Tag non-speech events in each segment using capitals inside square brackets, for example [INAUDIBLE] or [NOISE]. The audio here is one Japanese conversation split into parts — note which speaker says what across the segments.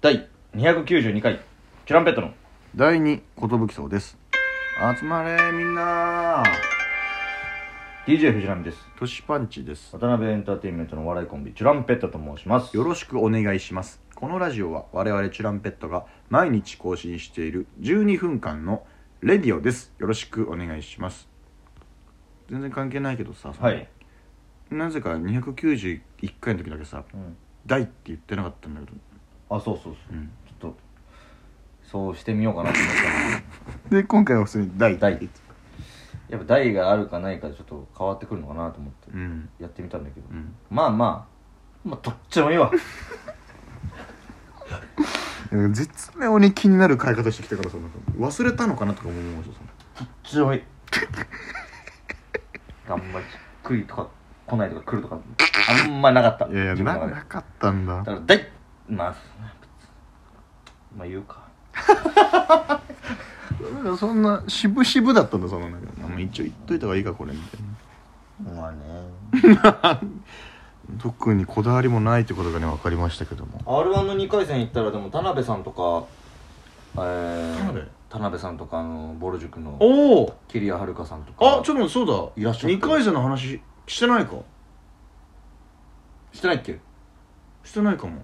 Speaker 1: 第292回チュランペットの
Speaker 2: 第二寿荘です集まれみんな
Speaker 1: DJ 藤波です
Speaker 2: トシパンチです
Speaker 1: 渡辺エンターテインメントのお笑いコンビチュランペットと申します
Speaker 2: よろしくお願いしますこのラジオは我々チュランペットが毎日更新している12分間のレディオですよろしくお願いします全然関係ないけどさ、
Speaker 1: はい、
Speaker 2: なぜか291回の時だけさ
Speaker 1: うん、
Speaker 2: 「大」って言ってなかったんだけど
Speaker 1: あそうそうそう、
Speaker 2: うん
Speaker 1: ちょっとそうしてみようかなと思ったんだ
Speaker 2: で今回は普通に「大」
Speaker 1: 大けどやっぱ台があるかないかでちょっと変わってくるのかなと思って
Speaker 2: うん
Speaker 1: やってみたんだけど、
Speaker 2: うん
Speaker 1: まあまあまあどっちでもいいわ
Speaker 2: 絶妙に気になる変え方してきたからさ忘れたのかなとか思うし
Speaker 1: どっちでもい
Speaker 2: [LAUGHS]
Speaker 1: いあんまり来いとか来ないとか来るとかあんまなかった
Speaker 2: いやいや
Speaker 1: 自分
Speaker 2: な
Speaker 1: の中で
Speaker 2: なかったんだ
Speaker 1: だから大まあまあ言うか
Speaker 2: なんかそんな渋々だったんだそのなんかあもう一応言っといた方がいいかこれみたい
Speaker 1: まあね
Speaker 2: な特にこだわりもないってことがね分かりましたけども
Speaker 1: r 1の2回戦行ったらでも田辺さんとかえー
Speaker 2: 田辺
Speaker 1: 田辺さんとかあのボル塾の
Speaker 2: おお
Speaker 1: 桐谷遥さんとか
Speaker 2: あちょっと待ってそうだ
Speaker 1: いらっしゃった
Speaker 2: 2回戦の話してないか
Speaker 1: してないっけ
Speaker 2: してないかも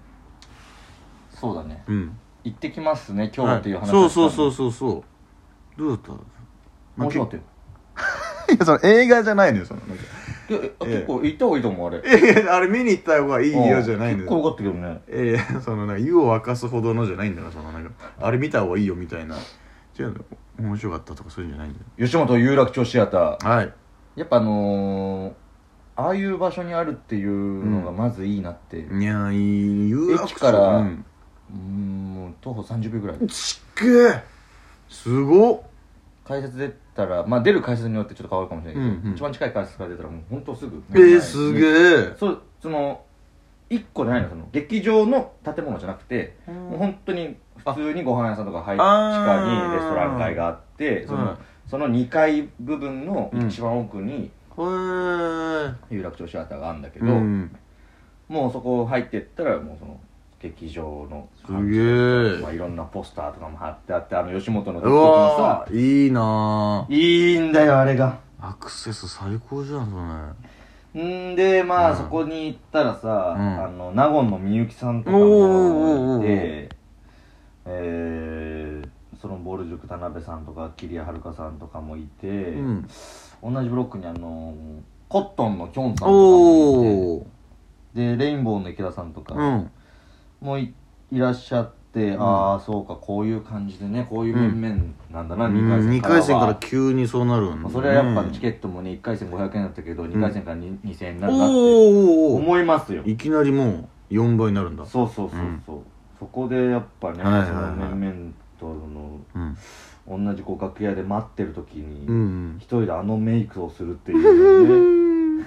Speaker 1: そうだね
Speaker 2: うん
Speaker 1: 行ってきますね今日っていう話
Speaker 2: はいそうそうそううそうそうどうだった
Speaker 1: 面白かっ
Speaker 2: い
Speaker 1: たよ
Speaker 2: やその映画じゃないのよそのなんか
Speaker 1: いやえあ
Speaker 2: ええ
Speaker 1: 結構行った方がいいと思うあれ
Speaker 2: いやいや [LAUGHS] あれ見に行った方がいいよじゃないの
Speaker 1: 結構良
Speaker 2: よ
Speaker 1: かったけどね
Speaker 2: ええそのなんか湯を沸かすほどのじゃないんだよそのなんかあれ見た方がいいよみたいな違うの面白かったとかそういうんじゃないんだよ
Speaker 1: 吉本有楽町シアター
Speaker 2: はい
Speaker 1: やっぱあのーああいう場所にあるっていうのがまずいいなって、
Speaker 2: いやーいい有楽町
Speaker 1: 駅から
Speaker 2: うん、
Speaker 1: うーんもう徒歩30秒ぐらい
Speaker 2: ちっけえすごっ
Speaker 1: 改札出たらまあ出る改札によってちょっと変わるかもしれないけど、
Speaker 2: うんうん
Speaker 1: 一番近い改札から出たらもうほんとすぐ
Speaker 2: えー、すげ
Speaker 1: え
Speaker 2: え
Speaker 1: そうその一個じゃないのその劇場の建物じゃなくて、もう本当に普通にご飯屋さんとか入って地
Speaker 2: あ
Speaker 1: 下にレストラン街があってその,、
Speaker 2: はい
Speaker 1: その2階部分の一番奥に
Speaker 2: へー
Speaker 1: 有楽町シアターがあるんだけど、
Speaker 2: うん
Speaker 1: もうそこ入ってったらもうその劇場の
Speaker 2: すげえ
Speaker 1: まあ、いろんなポスターとかも貼ってあってあの吉本の
Speaker 2: う
Speaker 1: 独特のさ
Speaker 2: わーいいなー
Speaker 1: いいんだよあれが
Speaker 2: アクセス最高じゃんそ
Speaker 1: んでまあ、
Speaker 2: うん
Speaker 1: そこに行ったらさ、
Speaker 2: うん
Speaker 1: あの納言のみゆきさんとか
Speaker 2: おーおーおー
Speaker 1: も
Speaker 2: お
Speaker 1: い
Speaker 2: ー
Speaker 1: てえー、そのボール塾田辺さんとか桐谷遥さんとかもいて、
Speaker 2: れねうん
Speaker 1: 同じブロックにあのコットンのきょんさんとかもい
Speaker 2: おお
Speaker 1: てでレインボーの池田さんとか
Speaker 2: うん
Speaker 1: もい,、いらっしゃって、
Speaker 2: ん
Speaker 1: ああそうかこういう感じでねこういう面々なんだな、
Speaker 2: うん
Speaker 1: 2
Speaker 2: 2
Speaker 1: 回
Speaker 2: 回
Speaker 1: 戦か
Speaker 2: 戦から
Speaker 1: は
Speaker 2: ら急にそうなるん
Speaker 1: ま
Speaker 2: だ
Speaker 1: あそれはやっぱ
Speaker 2: うん
Speaker 1: チケットもね1回戦500円だったけど2回戦からに2000円にな
Speaker 2: おー
Speaker 1: るなって
Speaker 2: おーおー
Speaker 1: 思いますよ
Speaker 2: いきなりもう4倍になるんだ
Speaker 1: そうそうそうそう、そこでやっぱね、
Speaker 2: はいはいはい
Speaker 1: その面々と
Speaker 2: うん
Speaker 1: その同じこう楽屋で待ってる時に、
Speaker 2: うんうん
Speaker 1: 一人であのメイクをするっていうのを
Speaker 2: [LAUGHS]
Speaker 1: ね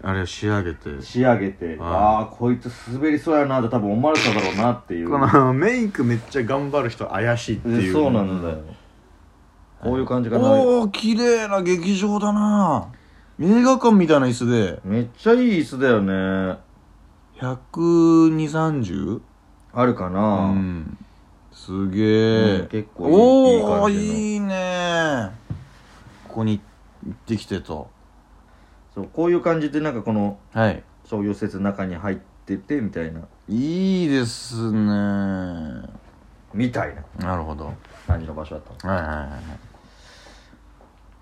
Speaker 2: あれ仕上げて
Speaker 1: 仕上げて、
Speaker 2: ん
Speaker 1: ああこいつ滑りそうやなって多分思われただろうなっていう
Speaker 2: このメイクめっちゃ頑張る人怪しいって
Speaker 1: で
Speaker 2: いう
Speaker 1: そうなんだよ、こういう感じかな
Speaker 2: おお綺麗な劇場だな映画館みたいな椅子で
Speaker 1: めっちゃいい椅子だよね
Speaker 2: 12030
Speaker 1: あるか
Speaker 2: う
Speaker 1: な、
Speaker 2: んすげえ、
Speaker 1: うん結構いい
Speaker 2: おお
Speaker 1: いい感じの
Speaker 2: いいねここに行ってきてと
Speaker 1: そうこういう感じでなんかこの
Speaker 2: はい
Speaker 1: 商業施設の中に入っててみたいない
Speaker 2: いですねな
Speaker 1: みたいな
Speaker 2: るほどはい
Speaker 1: 感じの場所だったの
Speaker 2: はいはいはい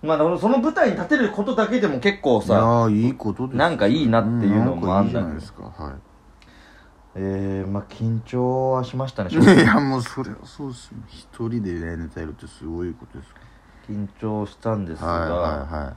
Speaker 1: まあ、だからその舞台に立てることだけでも結構
Speaker 2: いや
Speaker 1: さ、
Speaker 2: ーいいことですよ
Speaker 1: なんかいいなっていうのもあんだけど
Speaker 2: うなんかいいじゃないですかはい
Speaker 1: えー、まあ緊張はしましたね正
Speaker 2: [LAUGHS] い
Speaker 1: 直
Speaker 2: やもうそれはそうですよ一人でね寝たやるってすごいことですか
Speaker 1: 緊張したんですが、
Speaker 2: らはいは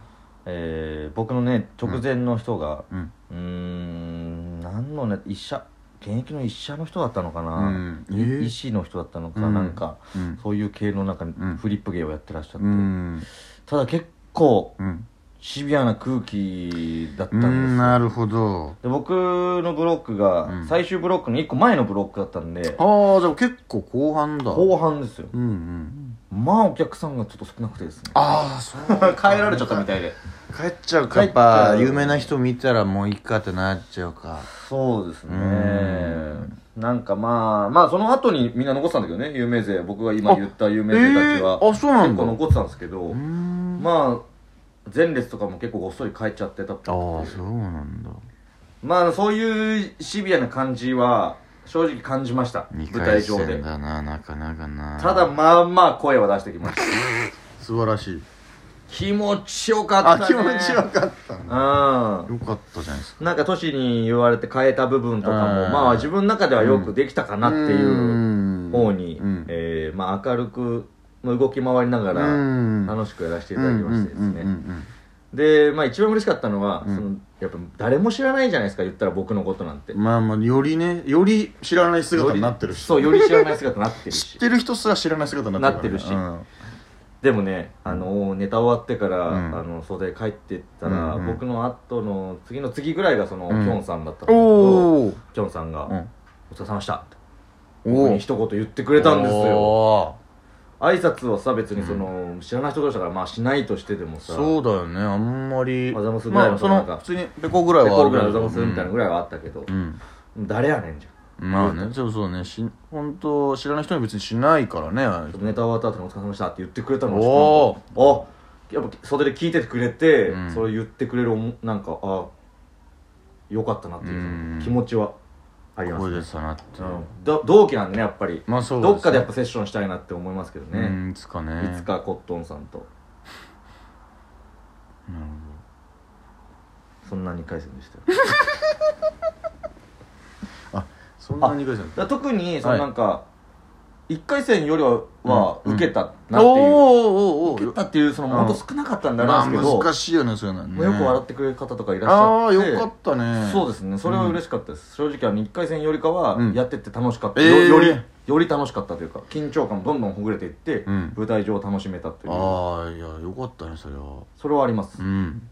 Speaker 1: えー僕のね直前の人が
Speaker 2: いはいうん
Speaker 1: うーん何のね医者現役の医者の人だったのかな、
Speaker 2: うん
Speaker 1: い
Speaker 2: えー
Speaker 1: 医師の人だったのか、
Speaker 2: うん
Speaker 1: なんか
Speaker 2: うん
Speaker 1: そういう系のなんか
Speaker 2: ん
Speaker 1: フリップ芸をやってらっしゃって、
Speaker 2: うん
Speaker 1: ただ結構
Speaker 2: うん
Speaker 1: シビアな空気だった
Speaker 2: うん
Speaker 1: ですよ
Speaker 2: んなるほど
Speaker 1: で僕のブロックが、
Speaker 2: うん
Speaker 1: 最終ブロックの1個前のブロックだったんで
Speaker 2: ああでも結構後半だ
Speaker 1: 後半ですよ
Speaker 2: うんうん
Speaker 1: まあお客さんがちょっと少なくてですね
Speaker 2: ああ [LAUGHS] そう
Speaker 1: 帰られちゃったみたいで
Speaker 2: 帰っちゃう
Speaker 1: か
Speaker 2: か
Speaker 1: や
Speaker 2: や
Speaker 1: っ
Speaker 2: っ
Speaker 1: ぱ
Speaker 2: ぱ
Speaker 1: 有
Speaker 2: 有
Speaker 1: 名
Speaker 2: 名
Speaker 1: な
Speaker 2: な人見たらもういいかってなっちゃうか
Speaker 1: そうですね
Speaker 2: うん
Speaker 1: なんかまあまあその後にみんな残ってたんだけどね有名勢僕が今言った有
Speaker 2: え
Speaker 1: 名勢たちは
Speaker 2: ー、あそうなん
Speaker 1: 結構
Speaker 2: だう
Speaker 1: 残ってたんですけど、
Speaker 2: ーん
Speaker 1: まあ前列とかも結構ごっそり変えちゃってたっぽくて
Speaker 2: ああそうなんだ
Speaker 1: まあそういうシビアな感じは正直感じました
Speaker 2: 二
Speaker 1: 舞
Speaker 2: 回
Speaker 1: 台上
Speaker 2: 戦
Speaker 1: で
Speaker 2: だななかなかな
Speaker 1: ただまあまあ声は出してきました
Speaker 2: 素晴らしい
Speaker 1: 気持ちよかった
Speaker 2: あ
Speaker 1: ね
Speaker 2: 気持ちよかったな
Speaker 1: う
Speaker 2: よかったじゃないですか
Speaker 1: んなんか都市に言われて変えた部分とかも
Speaker 2: うん
Speaker 1: まあ自分の中ではよくできたかなっていう
Speaker 2: う
Speaker 1: 方に、
Speaker 2: うん
Speaker 1: えーまあ明るくまあ動き回りながら
Speaker 2: うん
Speaker 1: 楽しくやらせていただきましてですね、
Speaker 2: うんうんうん
Speaker 1: でまあ一番嬉しかったのは、
Speaker 2: うん
Speaker 1: そのやっぱ誰も知らないじゃないですか言ったら僕のことなんて
Speaker 2: うんまあまあよりねより知らない姿になってるし
Speaker 1: そうより知らない姿になってる
Speaker 2: 知 [LAUGHS]
Speaker 1: し
Speaker 2: ってる人すら知らない姿になってるから
Speaker 1: なでもねあのネタ終わってから、
Speaker 2: うん
Speaker 1: あの袖帰ってったら、
Speaker 2: うんうん
Speaker 1: 僕の後の次の次ぐらいがその、
Speaker 2: うん
Speaker 1: きょんさんだったんだけ
Speaker 2: うん、
Speaker 1: ど
Speaker 2: おー
Speaker 1: きょんさんが、
Speaker 2: うん
Speaker 1: お疲れ様でした」って
Speaker 2: お
Speaker 1: 僕に
Speaker 2: ー
Speaker 1: 一言言ってくれたんですよ
Speaker 2: お
Speaker 1: 挨拶はさ別にその、知らない人同士だからまあしないとしてでも
Speaker 2: ー
Speaker 1: さ
Speaker 2: そうだよねあんまり
Speaker 1: おはようございます
Speaker 2: まあ
Speaker 1: ぐ
Speaker 2: そ
Speaker 1: らいの
Speaker 2: の
Speaker 1: なんか
Speaker 2: 普通にペコぐらい
Speaker 1: で
Speaker 2: は
Speaker 1: こ
Speaker 2: あ
Speaker 1: れ
Speaker 2: る
Speaker 1: ぐ
Speaker 2: け
Speaker 1: らい
Speaker 2: ど
Speaker 1: のざますみたいなぐらいはあったけど、
Speaker 2: うん
Speaker 1: 誰やねんじゃん
Speaker 2: うんまあねそうそうねし本当知らない人に別にしないからねああいう
Speaker 1: ちょ
Speaker 2: 人
Speaker 1: っとネタ終わった後に「お疲れ様でした」って言ってくれたのが
Speaker 2: おー
Speaker 1: あやっぱ袖で聞いててくれて、
Speaker 2: うん
Speaker 1: それ言ってくれるおもなんかあよかったなっていううん気持ちはあります
Speaker 2: 声
Speaker 1: ね
Speaker 2: でさなって
Speaker 1: うんど同期なんでねやっぱり、
Speaker 2: まあそう
Speaker 1: どっかでやっ
Speaker 2: ぱ
Speaker 1: ぱセッションしたいなって思いますけどね、
Speaker 2: ねいつかね
Speaker 1: いつかコットンさんと
Speaker 2: なる
Speaker 1: そんな2回戦でしたよだか
Speaker 2: ほどそんなに苦いじゃん
Speaker 1: ら特にそ
Speaker 2: は
Speaker 1: の
Speaker 2: い
Speaker 1: なんか、一1回戦よりはは
Speaker 2: うん
Speaker 1: 受けたなって
Speaker 2: お
Speaker 1: いう、
Speaker 2: ーおーお
Speaker 1: 受け
Speaker 2: ー
Speaker 1: たっていうその
Speaker 2: うん
Speaker 1: 本当少なかったんだ
Speaker 2: ま
Speaker 1: な
Speaker 2: あ
Speaker 1: んですけど、
Speaker 2: 難しいよねそういうのはね
Speaker 1: もうよく笑ってくれる方とかいらっし
Speaker 2: あ
Speaker 1: ゃ
Speaker 2: あ
Speaker 1: って
Speaker 2: よかったね
Speaker 1: そうですねそれは嬉しかったです、正直あの1回戦よりかは
Speaker 2: うん
Speaker 1: やってって楽しかった、
Speaker 2: え
Speaker 1: よ
Speaker 2: ー
Speaker 1: よりより楽しかったというか緊張感もどんどんほぐれていって、
Speaker 2: うん
Speaker 1: 舞台上を楽しめたという
Speaker 2: ああいやよかったねそれは
Speaker 1: それはあります、
Speaker 2: うん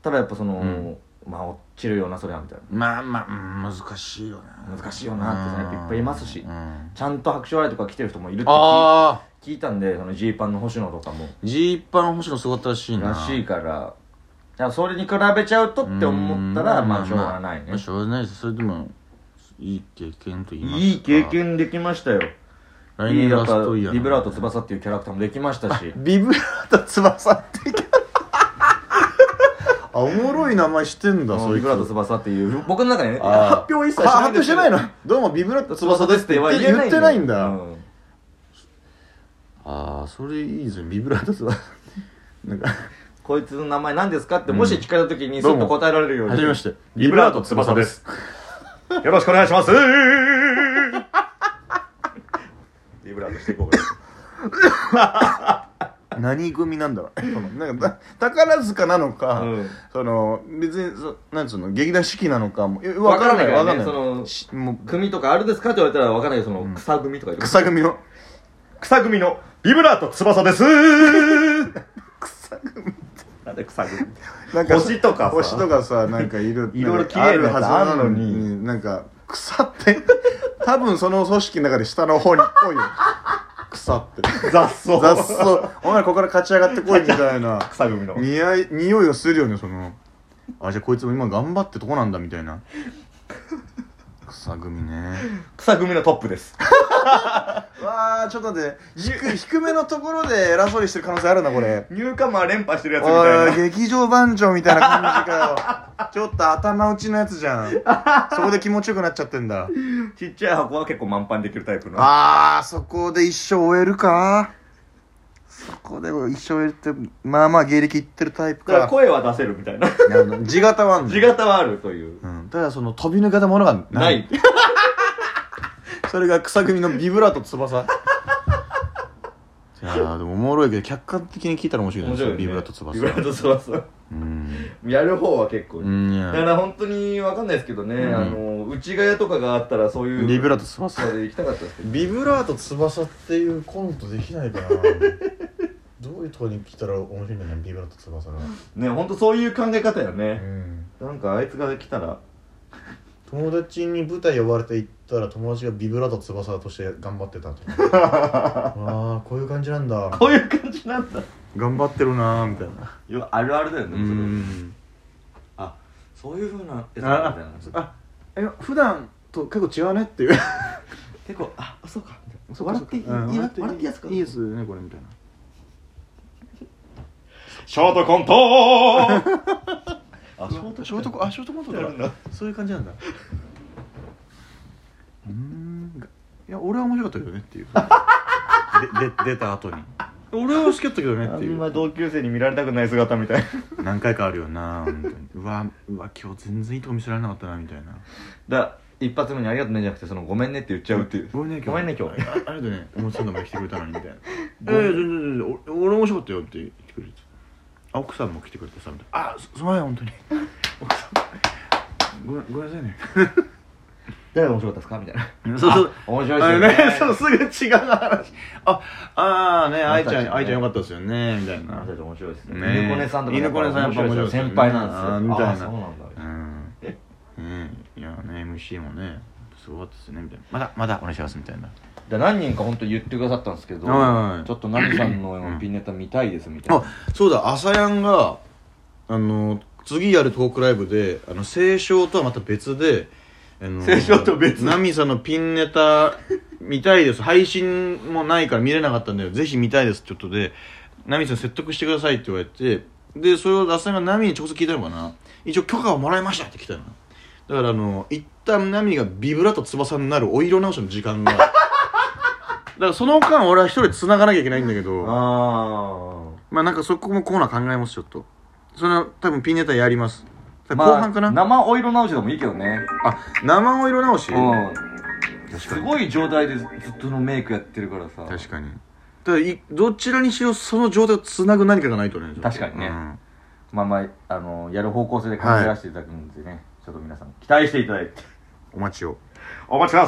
Speaker 1: ただやっぱその、
Speaker 2: うん
Speaker 1: まあ落ちるよなそりゃみたい
Speaker 2: まあまあうん難しいよね
Speaker 1: な難しいよなってさやっぱいっぱいいますし、
Speaker 2: うんあ
Speaker 1: ちゃんと拍手笑いとか来てる人もいるって聞い
Speaker 2: あ
Speaker 1: 聞いたんでそのジーパンの星野とかも
Speaker 2: ジーパン星野すごかったらしいな
Speaker 1: らしいからいやそれに比べちゃうとって思ったら
Speaker 2: うん
Speaker 1: まあしょうがないね
Speaker 2: まあしょうがないですそれでもいい経験と言いますか
Speaker 1: いい経験できましたよ
Speaker 2: 来年
Speaker 1: や
Speaker 2: ラ
Speaker 1: っ
Speaker 2: ス
Speaker 1: ぱ
Speaker 2: トイヤー
Speaker 1: ビブラート翼っていうキャラクターもできましたし
Speaker 2: ビブラート
Speaker 1: [LAUGHS]
Speaker 2: 翼って言うけどあおもろい名前してんだ
Speaker 1: そ
Speaker 2: そ
Speaker 1: の
Speaker 2: う
Speaker 1: ビ
Speaker 2: いう
Speaker 1: ブラート翼っていう僕の中でね
Speaker 2: あー
Speaker 1: 発表は一切
Speaker 2: あ発表してないのどうもビブラート翼
Speaker 1: 翼
Speaker 2: で
Speaker 1: ですす
Speaker 2: っ
Speaker 1: ってては
Speaker 2: 言って
Speaker 1: 言えない
Speaker 2: 言ってないんだ、
Speaker 1: うん
Speaker 2: ああそれいいですねビブラート翼 [LAUGHS] なんか
Speaker 1: こいつの名前何ですかってもし聞かれた時にす
Speaker 2: どう
Speaker 1: っ
Speaker 2: も
Speaker 1: と答えられるように
Speaker 2: はじめまして
Speaker 1: ビブラート翼ですよろしくお願いし [LAUGHS] ますビブラートしていこうか
Speaker 2: 何組なんだろうそのなんかた宝塚なのか、
Speaker 1: うん
Speaker 2: その別にそなんつうの劇団四季なのかも分からない分
Speaker 1: わ
Speaker 2: か
Speaker 1: か
Speaker 2: ん
Speaker 1: んないいからね
Speaker 2: な
Speaker 1: その
Speaker 2: しもう
Speaker 1: 組とかあるですかって言われたら分かんないけどその草組とか言う
Speaker 2: 草組の
Speaker 1: 草組のビブラート翼です
Speaker 2: 草組
Speaker 1: なんで草組
Speaker 2: なんか
Speaker 1: 星とかさ
Speaker 2: 星とかさなんかいる
Speaker 1: [LAUGHS] いろいろ
Speaker 2: なんか
Speaker 1: 綺麗なやつあんのに
Speaker 2: うんなんか草って多分その組織の中で下の方にっぽいよ草って
Speaker 1: 雑草
Speaker 2: [LAUGHS] 雑草お前らここから勝ち上がってこいみたい [LAUGHS] な
Speaker 1: 草組の
Speaker 2: 匂い匂いがするよねそのあじゃあこいつも今頑張ってとこなんだみたいな草組ね
Speaker 1: 草組のトップです
Speaker 2: [LAUGHS] わあちょっと待って低低めのところで偉そうにしてる可能性あるなこれ
Speaker 1: ニューカマー連覇してるやつみたい
Speaker 2: お
Speaker 1: ない
Speaker 2: 劇場番長みたいな感じかよ [LAUGHS] ちょっと頭打ちのやつじゃんそこで気持ちよくなっちゃってんだ [LAUGHS]
Speaker 1: ちっちゃい箱は結構満帆できるタイプの
Speaker 2: あーそこで一生終えるかそこで一生終えるってまあまあ芸歴いってるタイプ
Speaker 1: だから
Speaker 2: か
Speaker 1: 声は出せるみたいな
Speaker 2: なるほど地型はあんの
Speaker 1: 字型はあるという
Speaker 2: うん、ただその飛び抜けたものが
Speaker 1: な
Speaker 2: ない
Speaker 1: い
Speaker 2: それが草組のビブラート [LAUGHS] 翼いやーでもおもろいけど客観的に聞いたら面白いね
Speaker 1: 面白いよね
Speaker 2: ビブラート翼
Speaker 1: ビブラと翼
Speaker 2: うん
Speaker 1: やる方は結構
Speaker 2: う
Speaker 1: ね
Speaker 2: んい
Speaker 1: だ
Speaker 2: や
Speaker 1: から本当に分かんないですけどね
Speaker 2: ん
Speaker 1: あの内ヶ谷とかがあったらそういう
Speaker 2: ビブラー
Speaker 1: ト
Speaker 2: ト翼
Speaker 1: で行きたかったですけど
Speaker 2: ビブラート翼っていうコントできないか [LAUGHS] などういうとこに来たら面白いんだろうビブラート翼が、
Speaker 1: ね本当そういう考え方よ
Speaker 2: う
Speaker 1: ね
Speaker 2: ん、
Speaker 1: なんかあいつが来たら
Speaker 2: 友達に舞台呼ばれて行ったら友達がビブラート翼として頑張ってたと [LAUGHS] ああこういう感じなんだ [LAUGHS]
Speaker 1: こういう感じなんだ
Speaker 2: 頑張ってるなーみたいな
Speaker 1: よあるあるだよね
Speaker 2: う
Speaker 1: それ
Speaker 2: ん
Speaker 1: あそういうふうなやつ
Speaker 2: あ
Speaker 1: なんだみたいな
Speaker 2: あえ普段と結構違うねっていう
Speaker 1: 結構あそうかみたいな
Speaker 2: そうか
Speaker 1: 笑っていい、
Speaker 2: そうかうん
Speaker 1: 笑っていい笑っていいやつか
Speaker 2: いいですよねこれみたいな
Speaker 1: ショートコントーあ
Speaker 2: ショートショートコあショートコントだ
Speaker 1: やるんだ
Speaker 2: そういう感
Speaker 1: [LAUGHS]
Speaker 2: じなんだうーんいや俺は面白かったけどねっていうでで出た後に俺は好きだったけどねっていう
Speaker 1: 同級生に見られたくない姿みたいな
Speaker 2: 何回かあるよな本当にうわうわ今日全然いいとこ見せられなかったなみたいな
Speaker 1: だ一発目に「ありがとうね」じゃなくてその「ごめんね」って言っちゃうっていう
Speaker 2: ごめんね今日
Speaker 1: ごめんね今日
Speaker 2: あありがとうね面白いのも来てくれたのに [LAUGHS] みたいな「ええ全然全然俺俺面白かったよ」って言ってくれてあ奥さんも来てくれてさみたいな「あすすまない本当に奥さん [LAUGHS] ごめんごめんなさいね」
Speaker 1: 誰が面白かったですかみたいな
Speaker 2: [LAUGHS] そうそう
Speaker 1: あ面白
Speaker 2: あ
Speaker 1: い
Speaker 2: れね
Speaker 1: ですよね
Speaker 2: そうすぐ違う話ああーね
Speaker 1: あな
Speaker 2: 愛
Speaker 1: た
Speaker 2: ち
Speaker 1: たち
Speaker 2: ゃ
Speaker 1: ね
Speaker 2: ん愛ちゃんよかったですよねみたい
Speaker 1: あな
Speaker 2: な
Speaker 1: たたち面白いですね
Speaker 2: ね
Speaker 1: 犬子姉さんとか
Speaker 2: 犬子姉さんやっぱ面白いですよね
Speaker 1: 先輩なんですよ
Speaker 2: あーみたいな
Speaker 1: あーそうなんだ
Speaker 2: うんねいやね MC もねすごかったですねみたいなまだまだお願いしますみたいな
Speaker 1: で何人か本当言ってくださったんですけど、
Speaker 2: はいはい
Speaker 1: ちょっと何さんのピンネタ見たいですみたい
Speaker 2: あ
Speaker 1: な、
Speaker 2: そうだ朝やんがあの次やるトークライブであの清少とはまた別であの
Speaker 1: 清少と別
Speaker 2: ナミさんのピンネタ見たいです配信もないから見れなかったんだよぜひ見たいですってことでナミさん説得してくださいって言われてでそれを朝やんがナミに直接聞いたのかな一応許可をもらいましたって来たのだからあの一旦ナミがビブラと翼になるお色直しの時間がだからその間俺は一人で繋がなきゃいけないんだけど
Speaker 1: あ
Speaker 2: まあなんかそこもコーナー考えますちょっとその多分ピンネタやります
Speaker 1: あ
Speaker 2: 後半かな、
Speaker 1: まあ、生お色直しでもいいけどね
Speaker 2: あ生お色直し、
Speaker 1: うん
Speaker 2: 確か
Speaker 1: す
Speaker 2: に
Speaker 1: ごい状態でずっとのメイクやってるからさ
Speaker 2: 確かにただいどちらにしろその状態をつなぐ何かがないとねちょっと
Speaker 1: 確かにね
Speaker 2: うん
Speaker 1: まあまあ、あのやる方向性で考えらせていただくんでね、ちょっと皆さん期待していただいて
Speaker 2: お待ちを
Speaker 1: お待ちください